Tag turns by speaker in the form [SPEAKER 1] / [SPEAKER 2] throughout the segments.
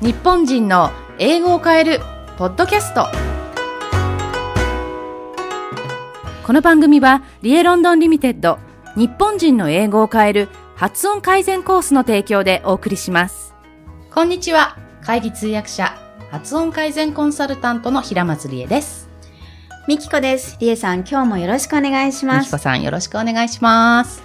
[SPEAKER 1] 日本人の英語を変えるポッドキャストこの番組はリエロンドンリミテッド日本人の英語を変える発音改善コースの提供でお送りしますこんにちは会議通訳者発音改善コンサルタントの平松理恵です
[SPEAKER 2] みきこです。りえさん、今日もよろしくお願いし
[SPEAKER 1] み
[SPEAKER 2] ま
[SPEAKER 1] きこ
[SPEAKER 2] す。
[SPEAKER 1] さんよろしくお願いします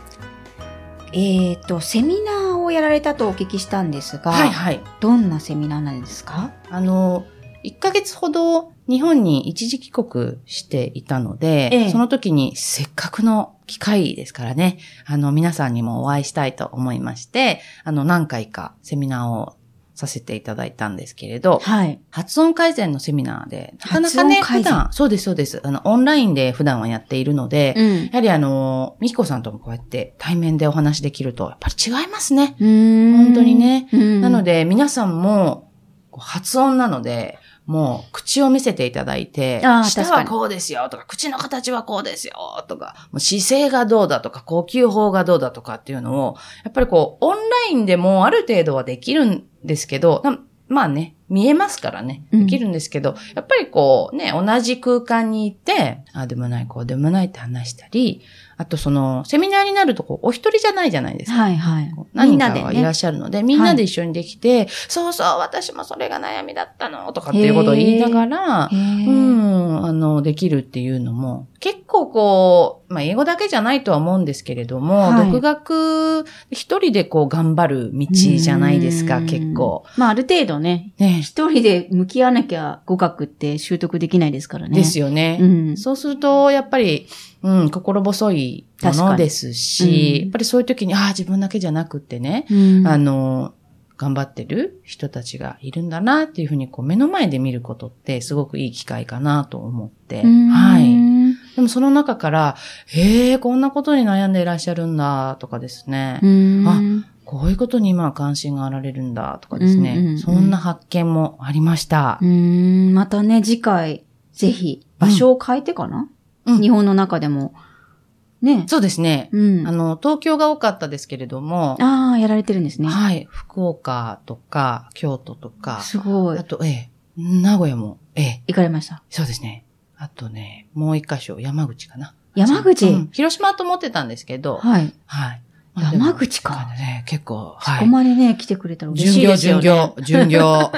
[SPEAKER 2] えっ、と、セミナーをやられたとお聞きしたんですが、
[SPEAKER 1] はい
[SPEAKER 2] どんなセミナーなんですか
[SPEAKER 1] あの、1ヶ月ほど日本に一時帰国していたので、
[SPEAKER 2] ええ
[SPEAKER 1] その時にせっかくの機会ですからね、あの、皆さんにもお会いしたいと思いまして、あの、何回かセミナーをさせていただいたんですけれど、
[SPEAKER 2] はい。
[SPEAKER 1] 発音改善のセミナーで、なかなかね、
[SPEAKER 2] 発
[SPEAKER 1] 普
[SPEAKER 2] 音改善
[SPEAKER 1] 段、そうです、そうです。あの、オンラインで普段はやっているので、
[SPEAKER 2] うん
[SPEAKER 1] や。はりあの、ミキコさんともこうやって対面でお話できると、やっぱり違いますね。本
[SPEAKER 2] 本
[SPEAKER 1] 当にね。
[SPEAKER 2] うん、
[SPEAKER 1] なの、で、皆さんも、こう発音なので、もう、口を見せていただいて
[SPEAKER 2] あ、ー
[SPEAKER 1] 舌
[SPEAKER 2] 確か
[SPEAKER 1] は
[SPEAKER 2] に
[SPEAKER 1] こうですよとか、口の形はこうですよとか、もう姿勢がどうだとか、呼吸法がどうだとかっていうのを、やっぱりこう、オンラインでもある程度はできるんですけど、なまあね、見えますからね、
[SPEAKER 2] う
[SPEAKER 1] で
[SPEAKER 2] ん
[SPEAKER 1] きるんですけど、やっぱりこう、ね、同じ空間にいて、ああでもない、こうでもないって話したり、あとその、セミナーになるとこう、お一人じゃないじゃないですか。
[SPEAKER 2] はいはい。
[SPEAKER 1] 何
[SPEAKER 2] みん
[SPEAKER 1] 人か
[SPEAKER 2] なでね
[SPEAKER 1] はいらっしゃるので、みんなで一緒にできて、そうそう、私もそれが悩みだったの、とかっていうことを言いながら、う
[SPEAKER 2] うん。
[SPEAKER 1] ん、あの、できるっていうのも、結構こう、まあ、英語だけじゃないとは思うんですけれども、
[SPEAKER 2] はい
[SPEAKER 1] 独学、一人でこう、頑張る道じゃないですか、結構。。
[SPEAKER 2] まあ、ある程度ね、
[SPEAKER 1] ね。
[SPEAKER 2] 一人で向き合わなきゃ語学って習得できないですからね。
[SPEAKER 1] です
[SPEAKER 2] よ
[SPEAKER 1] よね。
[SPEAKER 2] うん。
[SPEAKER 1] そうすると、やっぱり、うん、心細いものです
[SPEAKER 2] 確か
[SPEAKER 1] し、
[SPEAKER 2] にうん
[SPEAKER 1] やっぱりそういう時に、ああ、自分だけじゃなくってね、
[SPEAKER 2] うん
[SPEAKER 1] あの、頑張ってる人たちがいるんだなっていうふうにこう目の前で見ることってすごくいい機会かなと思って、
[SPEAKER 2] うん
[SPEAKER 1] はい。でもその中から、へえ、こんなことに悩んでいらっしゃるんだとかですね、
[SPEAKER 2] うん。
[SPEAKER 1] あこういうことに今関心があられるんだとかですね、
[SPEAKER 2] うんうんうん
[SPEAKER 1] そんな発見もありました
[SPEAKER 2] う。ん。またね、次回、ぜひ、場所を変えてかな、
[SPEAKER 1] うん
[SPEAKER 2] 日本の中でも。ね。
[SPEAKER 1] そうですね、
[SPEAKER 2] うん。
[SPEAKER 1] あの、東京が多かったですけれども、
[SPEAKER 2] ああ、やられてるんですね。
[SPEAKER 1] はい、福岡とか京都とか、
[SPEAKER 2] すごい
[SPEAKER 1] あ。と、ええ、名古屋も、ええ、
[SPEAKER 2] 行かれました。
[SPEAKER 1] そうですね。あとね、もう一箇所、山口かな。
[SPEAKER 2] 山口、
[SPEAKER 1] うん広島と思ってたんですけど、はい。
[SPEAKER 2] はい。
[SPEAKER 1] まあでも
[SPEAKER 2] 山口か
[SPEAKER 1] なんね、結構、
[SPEAKER 2] こ
[SPEAKER 1] は
[SPEAKER 2] こ
[SPEAKER 1] い。
[SPEAKER 2] までね、来てくれたら嬉し
[SPEAKER 1] 巡
[SPEAKER 2] い
[SPEAKER 1] 業、
[SPEAKER 2] ですよ
[SPEAKER 1] 巡
[SPEAKER 2] ね。
[SPEAKER 1] 業、巡 業。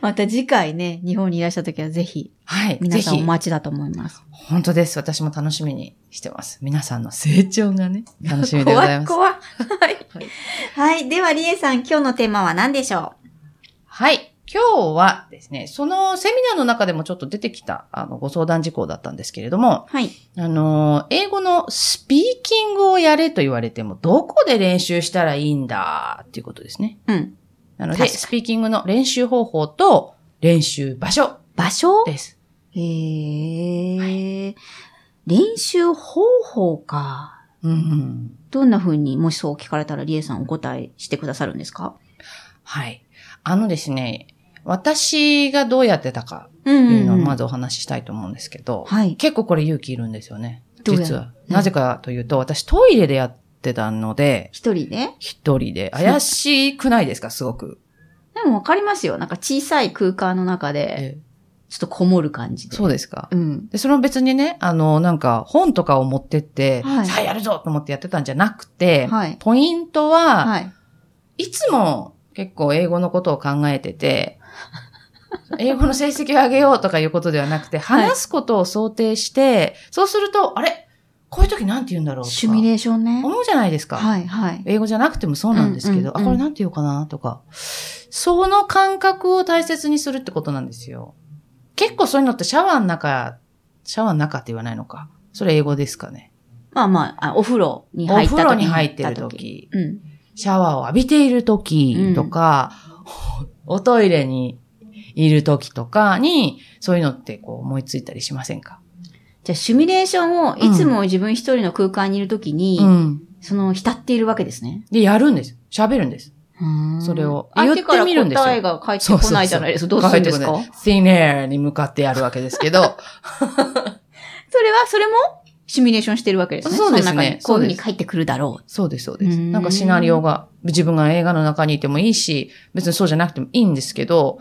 [SPEAKER 2] また次回ね、日本にいらした時はぜひ、
[SPEAKER 1] はい。
[SPEAKER 2] 皆
[SPEAKER 1] ぜ
[SPEAKER 2] さんお
[SPEAKER 1] ひ、
[SPEAKER 2] 待ちだと思います。
[SPEAKER 1] 本当です。私も楽しみにしてます。皆さんの成長がね、楽しみでございます。
[SPEAKER 2] 怖い、怖い。
[SPEAKER 1] はい
[SPEAKER 2] はい。では、りえさん、今日のテーマは何でしょ
[SPEAKER 1] はい。今日はですね、そのセミナーの中でもちょっと出てきた、あの、ご相談事項だったんですけれども
[SPEAKER 2] う、はい。
[SPEAKER 1] あの、英語のスピーキングをやれと言われても、どこで練習したらいいんだっていうことですね。
[SPEAKER 2] うん。
[SPEAKER 1] なの
[SPEAKER 2] 確
[SPEAKER 1] で、
[SPEAKER 2] かに
[SPEAKER 1] スピーキングの練習方法と練習場所
[SPEAKER 2] 場所
[SPEAKER 1] です。
[SPEAKER 2] へえ、練習方法か。
[SPEAKER 1] うん。
[SPEAKER 2] どんな風に、もしそう聞かれたら、りえさんお答えしてくださるんですか
[SPEAKER 1] はい。あのですね、私がどうやってたか
[SPEAKER 2] う
[SPEAKER 1] ってい
[SPEAKER 2] ん
[SPEAKER 1] うのをまずお話ししたいと思うんですけど、
[SPEAKER 2] はい。
[SPEAKER 1] 結構これ勇気いるんですよね。
[SPEAKER 2] どうや
[SPEAKER 1] 実は。
[SPEAKER 2] うん
[SPEAKER 1] なぜかというと、私トイレでやってたので、
[SPEAKER 2] 一人で
[SPEAKER 1] 一人で。怪しくないですかすごく。
[SPEAKER 2] でもわかりますよ。なんか小さい空間の中
[SPEAKER 1] え
[SPEAKER 2] で、ちょっとこもる感じで。
[SPEAKER 1] そうですか
[SPEAKER 2] うん。
[SPEAKER 1] で、それも別にね、あの、なんか本とかを持ってって、
[SPEAKER 2] はい
[SPEAKER 1] さあやるぞと思ってやってたんじゃなくて、
[SPEAKER 2] はい
[SPEAKER 1] ポイントは、
[SPEAKER 2] はい。
[SPEAKER 1] いつも結構英語のことを考えてて、 英語の成績を上げようとかいうことではなくて、
[SPEAKER 2] い
[SPEAKER 1] 話すことを想定して、そうすると、あれこういう時なんて言うんだろうとか
[SPEAKER 2] シミュレーションね。
[SPEAKER 1] 思うじゃないですか。
[SPEAKER 2] はい、はい。
[SPEAKER 1] 英語じゃなくてもそうなんですけど、
[SPEAKER 2] うんうんうん
[SPEAKER 1] あ、これなんて言おうかなとか、その感覚を大切にするってことなんですよ。結構そういうのってシャワーの中、シャワーの中って言わないのか。それ英語ですかね。
[SPEAKER 2] まあまあ、あお風呂に
[SPEAKER 1] お
[SPEAKER 2] 入った時
[SPEAKER 1] 風呂に入ってる。時。
[SPEAKER 2] うん。
[SPEAKER 1] シャワーを浴びている時とか、おトイレにいる時とかに、そういうのってこう思いついたりしませんか
[SPEAKER 2] じゃあ、シミュレーションを、いつも自分一人の空間にいるときに、
[SPEAKER 1] ん。
[SPEAKER 2] その、浸っているわけですね。
[SPEAKER 1] で、やるんです。喋るんです。それを
[SPEAKER 2] 言
[SPEAKER 1] 言
[SPEAKER 2] っ
[SPEAKER 1] ってて
[SPEAKER 2] み
[SPEAKER 1] み
[SPEAKER 2] る
[SPEAKER 1] る
[SPEAKER 2] ん
[SPEAKER 1] ん
[SPEAKER 2] で
[SPEAKER 1] ですす
[SPEAKER 2] よ。
[SPEAKER 1] よ
[SPEAKER 2] 答えが返ってこないじゃないですか。どうするんですか
[SPEAKER 1] 帰ってこない ?thin air に向かってやるわけですけど、
[SPEAKER 2] それは、それもシミュレーションしてるわけですね。
[SPEAKER 1] そうですね
[SPEAKER 2] の中にこういうふうに書いてくるだろう。
[SPEAKER 1] そうです、そうです。
[SPEAKER 2] うーん
[SPEAKER 1] なんかシナリオが、自分が映画の中にいてもいいし、別にそうじゃなくてもいいんですけど、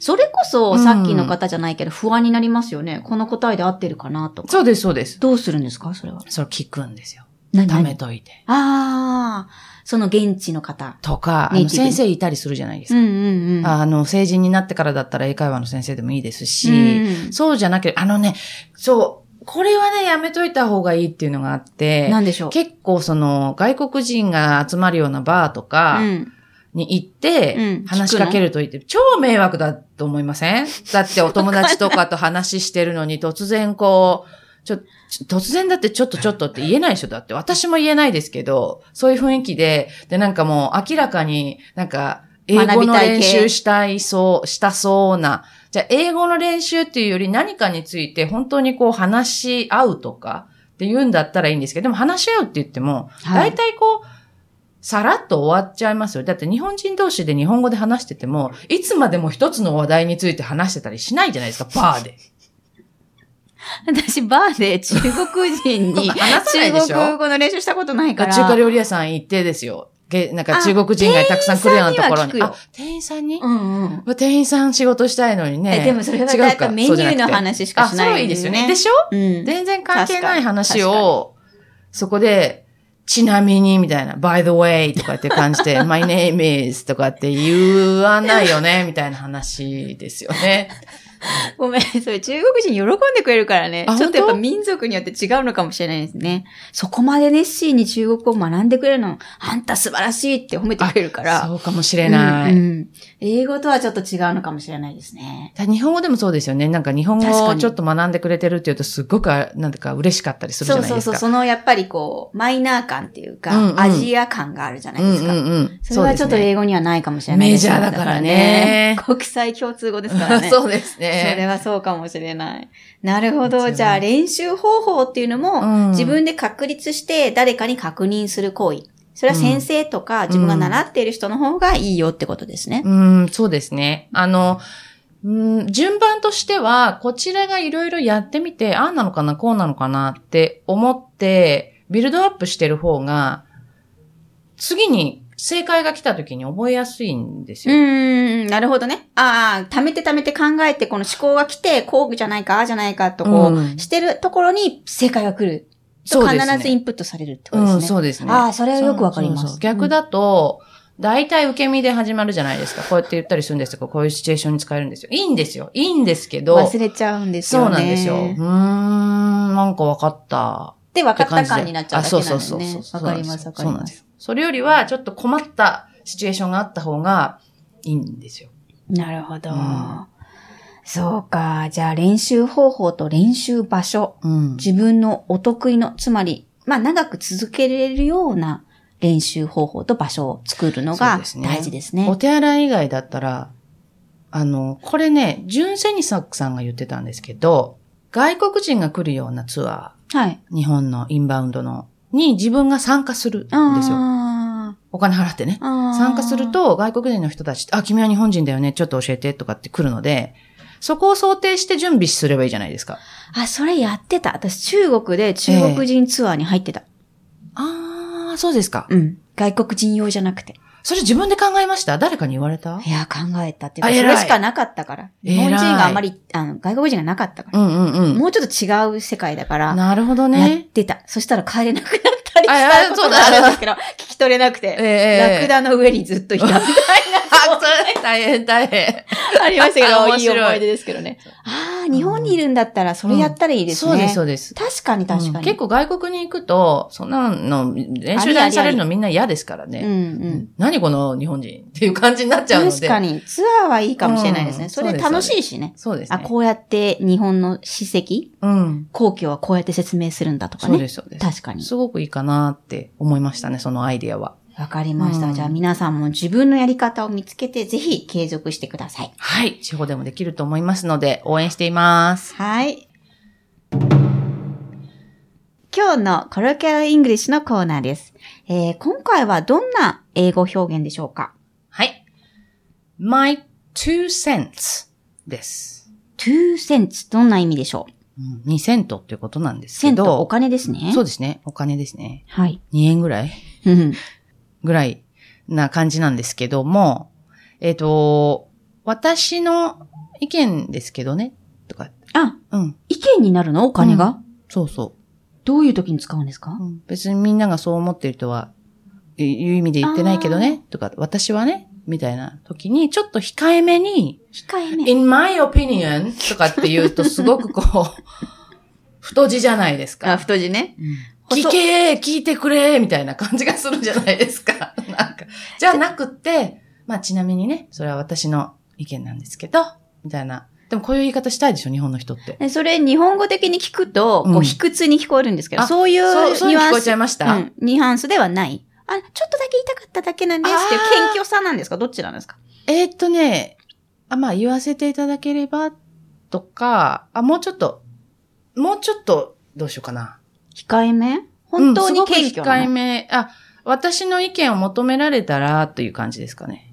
[SPEAKER 2] それこ
[SPEAKER 1] う
[SPEAKER 2] そ、
[SPEAKER 1] ん
[SPEAKER 2] さっきの方じゃないけど、不安になりますよね。この答えで合ってるかなとか。
[SPEAKER 1] そうです、そうです。
[SPEAKER 2] どうするんですかそれは。
[SPEAKER 1] それ聞くんですよ。
[SPEAKER 2] 何
[SPEAKER 1] 貯
[SPEAKER 2] 何
[SPEAKER 1] めといて。
[SPEAKER 2] ああ、その現地の方。
[SPEAKER 1] とか、あ
[SPEAKER 2] ネイ
[SPEAKER 1] の
[SPEAKER 2] ティブ
[SPEAKER 1] 先生いたりするじゃないです
[SPEAKER 2] う
[SPEAKER 1] か。
[SPEAKER 2] んうんうん。
[SPEAKER 1] あの、成人になってからだったら英会話の先生でもいいですし、
[SPEAKER 2] うん
[SPEAKER 1] そうじゃなければ、あのね、そう、これはね、やめといた方がいいっていうのがあって、
[SPEAKER 2] なんでしょう。
[SPEAKER 1] 結構その、外国人が集まるようなバーとか
[SPEAKER 2] うん
[SPEAKER 1] に行って、
[SPEAKER 2] うん
[SPEAKER 1] 話しかけると言って、超迷惑だと思いませんだってお友達とかと話してるの に、突然こう、ちょ、ちょ突然だってちょっとちょっとって言えないでしょだって私も言えないですけど、そういう雰囲気で、でなんかもう明らかになんか、英
[SPEAKER 2] 学
[SPEAKER 1] 語
[SPEAKER 2] び
[SPEAKER 1] の
[SPEAKER 2] たい系
[SPEAKER 1] 練習したいそう、したそうな。じゃあ英語の練習っていうより何かについて本当にこう話し合うとかって言うんだったらいいんですけど、でも話し合うって言っても、
[SPEAKER 2] はい
[SPEAKER 1] 大体こう、さらっと終わっちゃいますよ。だって日本人同士で日本語で話してても、いつまでも一つの話題について話してたりしないじゃないですか、バーで。
[SPEAKER 2] 私、バーで中国人 に
[SPEAKER 1] 話さないでし
[SPEAKER 2] 中
[SPEAKER 1] ょ
[SPEAKER 2] 国語の練習したことないから。
[SPEAKER 1] 中華料理屋さん行ってですよ。げなんか
[SPEAKER 2] あ
[SPEAKER 1] 中国人がたくさん来るようなところに。
[SPEAKER 2] 店員さんには聞
[SPEAKER 1] あ、店員さんに、
[SPEAKER 2] うんうん。
[SPEAKER 1] 店員さん仕事したいのにね。
[SPEAKER 2] えでもそれは
[SPEAKER 1] 違う
[SPEAKER 2] だい
[SPEAKER 1] か
[SPEAKER 2] たいメニューの話しか
[SPEAKER 1] あ、
[SPEAKER 2] し
[SPEAKER 1] そ
[SPEAKER 2] ない、
[SPEAKER 1] れはいいですよね。でしょ
[SPEAKER 2] うん。
[SPEAKER 1] 全然関係ない話
[SPEAKER 2] 確かに
[SPEAKER 1] を、そこで、ちなみに、みたいな、by the way とかって感じで、my name is とかって言わないよね、みたいな話ですよね。
[SPEAKER 2] ごめん、それ中国人喜んでくれるからね
[SPEAKER 1] あ。
[SPEAKER 2] ちょっとやっぱ
[SPEAKER 1] 本
[SPEAKER 2] 民族によって違うのかもしれないですね。そこまで熱心に中国語を学んでくれるの、あんた素晴らしいって褒めてくれるから。
[SPEAKER 1] そうかもしれない。
[SPEAKER 2] うんうん英語とはちょっと違うのかもしれないですね。
[SPEAKER 1] 日本語でもそうですよね。なんか日本
[SPEAKER 2] 確
[SPEAKER 1] 語
[SPEAKER 2] か
[SPEAKER 1] を
[SPEAKER 2] に
[SPEAKER 1] ちょっと学んでくれてるって言うと、すごくあ、なんていうか嬉しかったりするじ
[SPEAKER 2] そ
[SPEAKER 1] ゃ
[SPEAKER 2] う
[SPEAKER 1] ない
[SPEAKER 2] そ
[SPEAKER 1] で
[SPEAKER 2] う
[SPEAKER 1] す
[SPEAKER 2] そう、
[SPEAKER 1] か。
[SPEAKER 2] そのやっぱりこう、マイナー感っていうか、
[SPEAKER 1] うんうん
[SPEAKER 2] アジア感があるじゃないですか。
[SPEAKER 1] うんうんうん。
[SPEAKER 2] それはちょっと英語にはないかもしれない
[SPEAKER 1] メ
[SPEAKER 2] です
[SPEAKER 1] ジャーだからね
[SPEAKER 2] 国際共通語ですか
[SPEAKER 1] そ
[SPEAKER 2] ら
[SPEAKER 1] う
[SPEAKER 2] ね。
[SPEAKER 1] です
[SPEAKER 2] それ
[SPEAKER 1] ね。
[SPEAKER 2] はそうかもしれない。なるほ
[SPEAKER 1] そう
[SPEAKER 2] ど。
[SPEAKER 1] です
[SPEAKER 2] じ
[SPEAKER 1] よね
[SPEAKER 2] ゃあ練習方法っていうのも、
[SPEAKER 1] うん
[SPEAKER 2] 自分で確立して誰かに確認する行為。それは先生とか自分が習っている人の方がいいよってことですね。
[SPEAKER 1] うん、そうですね。あの、うん、順番としては、こちらがいろいろやってみて、ああなのかな、こうなのかなって思って、ビルドアップしてる方が、次に正解が来た時に覚えやすいんです
[SPEAKER 2] う
[SPEAKER 1] よ。
[SPEAKER 2] ーん、なるほどね。ああ、貯めて貯めて考えて、この思考が来て、こうじゃないか、ああじゃないかとこう、
[SPEAKER 1] うん
[SPEAKER 2] してるところに正解が来る。
[SPEAKER 1] そうですね
[SPEAKER 2] 必ずインプットされるってこと
[SPEAKER 1] う
[SPEAKER 2] ですね。
[SPEAKER 1] ん、そうですね。
[SPEAKER 2] ああ、それはよくわかります。
[SPEAKER 1] そうそうそう逆だと、大体受け身で始まるじゃないですか。こうやって言ったりするんですけど、こういうシチュエーションに使えるんですよ。いいんですよ。いいんですけ
[SPEAKER 2] うん
[SPEAKER 1] ど。
[SPEAKER 2] 忘れちゃうんですよ
[SPEAKER 1] そ
[SPEAKER 2] ね。
[SPEAKER 1] うなんですよ。うーん、なんかわかった。
[SPEAKER 2] で、分かった
[SPEAKER 1] って感じ
[SPEAKER 2] 感
[SPEAKER 1] で
[SPEAKER 2] になっちゃうだけなんで
[SPEAKER 1] あそうそうそう
[SPEAKER 2] ね。
[SPEAKER 1] そう
[SPEAKER 2] わかります、わかり
[SPEAKER 1] そうなん
[SPEAKER 2] ま。
[SPEAKER 1] ですすよそれよりは、ちょっと困ったシチュエーションがあった方がいいんですよ。
[SPEAKER 2] なるほど。
[SPEAKER 1] うん
[SPEAKER 2] そうか。じゃあ練習方法と練習場所。
[SPEAKER 1] うん。
[SPEAKER 2] 自分のお得意の、つまり、まあ長く続けられるような練習方法と場所を作るの
[SPEAKER 1] そう
[SPEAKER 2] が
[SPEAKER 1] ですね
[SPEAKER 2] 大事ですね。
[SPEAKER 1] お手洗い以外だったら、あの、これね、純正にサックさんが言ってたんですけど、外国人が来るようなツア
[SPEAKER 2] はい。
[SPEAKER 1] ー、日本のインバウンドの、に自分が参加するんですよ。
[SPEAKER 2] あ
[SPEAKER 1] お金払ってね。
[SPEAKER 2] ー
[SPEAKER 1] 参加する、と、外国人の人たちって、あ、君は日本人だよね、ちょっと教えてとかって来るので、そこを想定して準備すればいいじゃないですか。
[SPEAKER 2] あ、それやってた。私、中国で中国人ツアーに入ってた。
[SPEAKER 1] ああ、そうですか。
[SPEAKER 2] うん。外国人用じゃなくて。
[SPEAKER 1] それ自分で考えました誰かに言われた
[SPEAKER 2] いや、考えたっていうか、
[SPEAKER 1] あ
[SPEAKER 2] そ
[SPEAKER 1] 偉い
[SPEAKER 2] れしかなかったから。
[SPEAKER 1] 偉い
[SPEAKER 2] 日本人があんまり、あの、外国人がなかったから。
[SPEAKER 1] うんうんうん。
[SPEAKER 2] もうちょっと違う世界だから。
[SPEAKER 1] なるほど
[SPEAKER 2] やっ
[SPEAKER 1] ね。
[SPEAKER 2] てた。そしたら帰れなくなったりしたことがあるんですけど、聞き取れなくて、ラク
[SPEAKER 1] だ。
[SPEAKER 2] ダの上にずっといたみたいな
[SPEAKER 1] あ、それ大変大変。
[SPEAKER 2] ありましたけ
[SPEAKER 1] あ
[SPEAKER 2] ど、
[SPEAKER 1] 面
[SPEAKER 2] いい
[SPEAKER 1] 白い
[SPEAKER 2] 思い出ですけどね。ああ、日本にいるんだったら、それやったらいいですね。
[SPEAKER 1] そうですそうです。
[SPEAKER 2] 確かに確
[SPEAKER 1] う
[SPEAKER 2] か
[SPEAKER 1] ん
[SPEAKER 2] に。
[SPEAKER 1] 結構外国に行くと、そんなの練習
[SPEAKER 2] ありあ
[SPEAKER 1] 台
[SPEAKER 2] り
[SPEAKER 1] にされるのみんな嫌ですから
[SPEAKER 2] うん
[SPEAKER 1] ね。
[SPEAKER 2] うん。
[SPEAKER 1] 何この日本人っていう感じになっちゃうので。
[SPEAKER 2] 確かに、ツアーはいいかもしれないです
[SPEAKER 1] う
[SPEAKER 2] ね。
[SPEAKER 1] ん
[SPEAKER 2] それ楽しいしね。
[SPEAKER 1] そうです
[SPEAKER 2] あ、
[SPEAKER 1] ね。
[SPEAKER 2] こうやって日本の史跡、
[SPEAKER 1] うん。
[SPEAKER 2] 皇居はこうやって説明するんだとか
[SPEAKER 1] そう
[SPEAKER 2] ね
[SPEAKER 1] で。す、そうです。
[SPEAKER 2] 確かに。
[SPEAKER 1] すごくいいかなって思いましたね、そのアイディアは。
[SPEAKER 2] わかりまし
[SPEAKER 1] う
[SPEAKER 2] た。
[SPEAKER 1] ん
[SPEAKER 2] じゃあ皆さんも自分のやり方を見つけて、ぜひ継続してください。
[SPEAKER 1] はい。地方でもできると思いますので、応援しています。
[SPEAKER 2] はい。今日のコロキャルイングリッシュのコーナーです。えー今回はどんな英語表現でしょうか
[SPEAKER 1] はい。my two cents です。
[SPEAKER 2] ?two cents どんな意味でしょ
[SPEAKER 1] ううん2セントっていうことなんですけ
[SPEAKER 2] 銭湯、
[SPEAKER 1] ど。
[SPEAKER 2] お金ですね。
[SPEAKER 1] そう
[SPEAKER 2] う
[SPEAKER 1] ですね。お金ですね。
[SPEAKER 2] はい。
[SPEAKER 1] 2円ぐらい
[SPEAKER 2] うん
[SPEAKER 1] ぐらいな感じなんですけども、えっ、と、私の意見ですけどね、とか。
[SPEAKER 2] あ、
[SPEAKER 1] うん。
[SPEAKER 2] 意見になるのお金が、
[SPEAKER 1] そうそ
[SPEAKER 2] どういう時に使うんですか
[SPEAKER 1] う。うん別にみんながそう思ってるとは、いいう意味で言ってないけどね、とか、私はね、みたいな時に、ちょっと控えめに、
[SPEAKER 2] 控えめ。
[SPEAKER 1] in my opinion とかって言うとすごくこう、 太字じゃないです
[SPEAKER 2] あ、
[SPEAKER 1] か。
[SPEAKER 2] 太字ね。
[SPEAKER 1] 聞け聞いてくれみたいな感じがするじゃないです か。なんか。じゃなくって、まあちなみにね、それは私の意見なんですけど、みたいな。でもこういう言い方したいでしょ、日本の人って。
[SPEAKER 2] えそれ、日本語的に聞くと、
[SPEAKER 1] う
[SPEAKER 2] こ
[SPEAKER 1] ん
[SPEAKER 2] う、卑屈に聞こえるんですけど、
[SPEAKER 1] あ
[SPEAKER 2] そういう
[SPEAKER 1] そう、そうい
[SPEAKER 2] ニ
[SPEAKER 1] う
[SPEAKER 2] ュ
[SPEAKER 1] の聞
[SPEAKER 2] ア
[SPEAKER 1] こ
[SPEAKER 2] ン
[SPEAKER 1] えちゃ
[SPEAKER 2] ス、
[SPEAKER 1] いまし
[SPEAKER 2] う
[SPEAKER 1] た、
[SPEAKER 2] ん、ニュアンスではない。あ、ちょっとだけ言いたかっただけなんですっていう
[SPEAKER 1] あー
[SPEAKER 2] 謙虚さなんですかどっちなんですか
[SPEAKER 1] えーっとね、あ、まあ言わせていただければ、とか、あ、もうちょっと、もうちょっと、どうしようかな。
[SPEAKER 2] 控えめ本当
[SPEAKER 1] う
[SPEAKER 2] に
[SPEAKER 1] んすごく
[SPEAKER 2] 謙虚
[SPEAKER 1] 控
[SPEAKER 2] な
[SPEAKER 1] え
[SPEAKER 2] の、
[SPEAKER 1] め。あ、私の意見を求められたら、という感じですかね。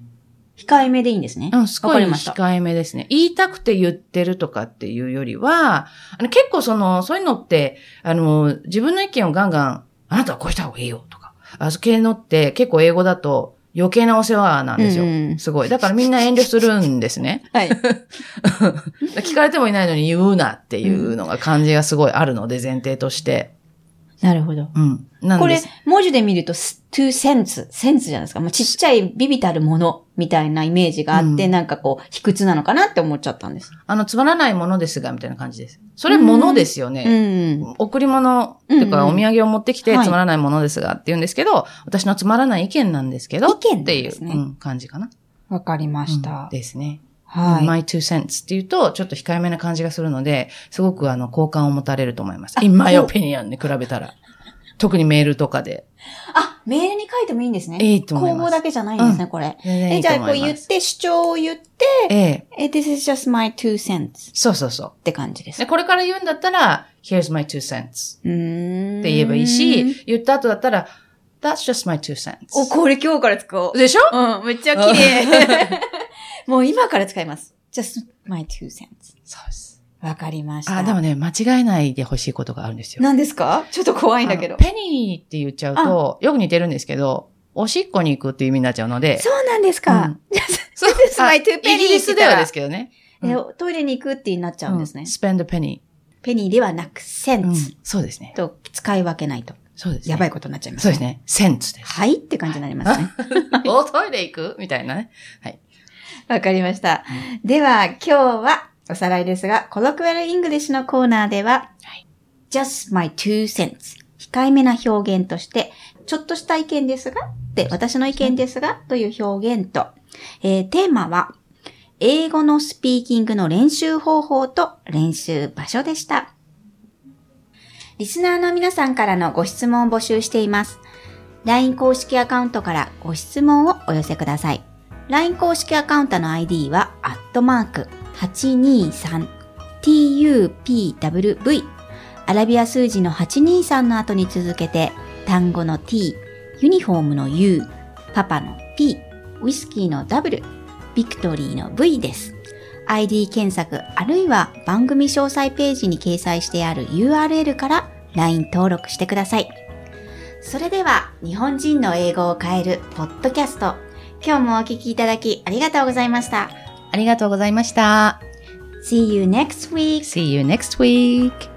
[SPEAKER 2] 控えめでいいんですね。
[SPEAKER 1] うん、すご
[SPEAKER 2] わか
[SPEAKER 1] い
[SPEAKER 2] りました
[SPEAKER 1] 控えめですね。言いたくて言ってるとかっていうよりは、あの結構その、そういうのって、あの、自分の意見をガンガン、あなたはこうした方がいいよとか、あそ系のって結構英語だと余計なお世話なんですよ。
[SPEAKER 2] うんうん
[SPEAKER 1] すごい。だからみんな遠慮するんです ね。
[SPEAKER 2] はい。
[SPEAKER 1] 聞かれてもいないのに言うなっていうのが感じがすごいあるので、前提として。
[SPEAKER 2] なるほど。
[SPEAKER 1] うん。なん
[SPEAKER 2] こ
[SPEAKER 1] で
[SPEAKER 2] れ
[SPEAKER 1] す。、
[SPEAKER 2] 文字で見ると、s- to sense, sense じゃないですか。もうちっちゃいビビたるものみたいなイメージがあって、
[SPEAKER 1] うん
[SPEAKER 2] なんかこう、卑屈なのかなって思っちゃったんです。
[SPEAKER 1] あの、つまらないものですが、みたいな感じです。それ、ものですよね。
[SPEAKER 2] うん。
[SPEAKER 1] 贈り物っていうか、
[SPEAKER 2] うんうん
[SPEAKER 1] お土産を持ってきて
[SPEAKER 2] はい
[SPEAKER 1] つまらないものですがって言うんですけど、私のつまらない意見なんですけど、
[SPEAKER 2] 意見なん
[SPEAKER 1] ってい
[SPEAKER 2] で
[SPEAKER 1] う、
[SPEAKER 2] すね
[SPEAKER 1] うん感じかな。
[SPEAKER 2] わかりました。
[SPEAKER 1] うんですね。
[SPEAKER 2] はい。
[SPEAKER 1] my two cents っていうと、ちょっと控えめな感じがするので、すごくあの、好感を持たれると思います。in my
[SPEAKER 2] そう
[SPEAKER 1] opinion に比べたら。特にメールとかで。
[SPEAKER 2] あ、メールに書いてもいいんですね。
[SPEAKER 1] いいと思い
[SPEAKER 2] 公
[SPEAKER 1] ます
[SPEAKER 2] 募だけじゃないんですね、これ。
[SPEAKER 1] 全然い
[SPEAKER 2] え、
[SPEAKER 1] い
[SPEAKER 2] じ
[SPEAKER 1] と
[SPEAKER 2] ゃ
[SPEAKER 1] 思
[SPEAKER 2] あ
[SPEAKER 1] いま
[SPEAKER 2] こ
[SPEAKER 1] す
[SPEAKER 2] う言って、主張を言って、
[SPEAKER 1] ええ。
[SPEAKER 2] え、this is just my two cents
[SPEAKER 1] そうそうそ
[SPEAKER 2] って感じで
[SPEAKER 1] う。
[SPEAKER 2] す。
[SPEAKER 1] で、これから言うんだったら、here's my two cents
[SPEAKER 2] うーん。
[SPEAKER 1] って言えばいいし、言った後だったら、that's just my two cents。
[SPEAKER 2] お、これ今日から使おう。
[SPEAKER 1] でしょ
[SPEAKER 2] うん、めっちゃ綺麗。 もう今から使います。just my two cents。
[SPEAKER 1] そうです。
[SPEAKER 2] わかりました。
[SPEAKER 1] あ、でもね、間違えないでほしいことがあるんですよ。
[SPEAKER 2] 何ですかちょっと怖いんだけど
[SPEAKER 1] あの。ペニーって言っちゃうと、よく似てるんですけど、おしっこに行くっていう意味になっちゃうので。
[SPEAKER 2] そうなんですか。
[SPEAKER 1] そう
[SPEAKER 2] です my
[SPEAKER 1] あ
[SPEAKER 2] two penny って言ったら
[SPEAKER 1] イギリスではですけどね。うん
[SPEAKER 2] えトイレに行くってなっちゃうんですね。
[SPEAKER 1] spend a penny。
[SPEAKER 2] ペニーではなく、セ
[SPEAKER 1] う
[SPEAKER 2] ン
[SPEAKER 1] ん
[SPEAKER 2] ツ
[SPEAKER 1] そうですね。
[SPEAKER 2] と使い分けないと。
[SPEAKER 1] そうですね。
[SPEAKER 2] やばい
[SPEAKER 1] い。
[SPEAKER 2] ことになっちゃいます。
[SPEAKER 1] そうですね。センツです。
[SPEAKER 2] はいって感じになりますね。
[SPEAKER 1] おトイレ行くみたいなね。
[SPEAKER 2] わかりました。では、今日はおさらいですが、コロクエルイングリッシュのコーナーでは、just my two cents 控えめな表現として、ちょっとした意見ですが、で、私の意見ですが、という表現と、えーテーマは、英語のスピーキングの練習方法と練習場所でした。リスナーの皆さんからのご質問を募集しています。LINE 公式アカウントからご質問をお寄せください。LINE 公式アカウントの ID は、アットマーク、823tupwv。アラビア数字の823の後に続けて、単語の t、ユニフォームの u、パパの p、ウイスキーの w、ビクトリーの v です。ID 検索あるいは番組詳細ページに掲載してある URL から LINE 登録してください。それでは、日本人の英語を変えるポッドキャスト、今日もお聞きいただきありがとうございました。
[SPEAKER 1] ありがとうございました。
[SPEAKER 2] See you next week!
[SPEAKER 1] See you next week.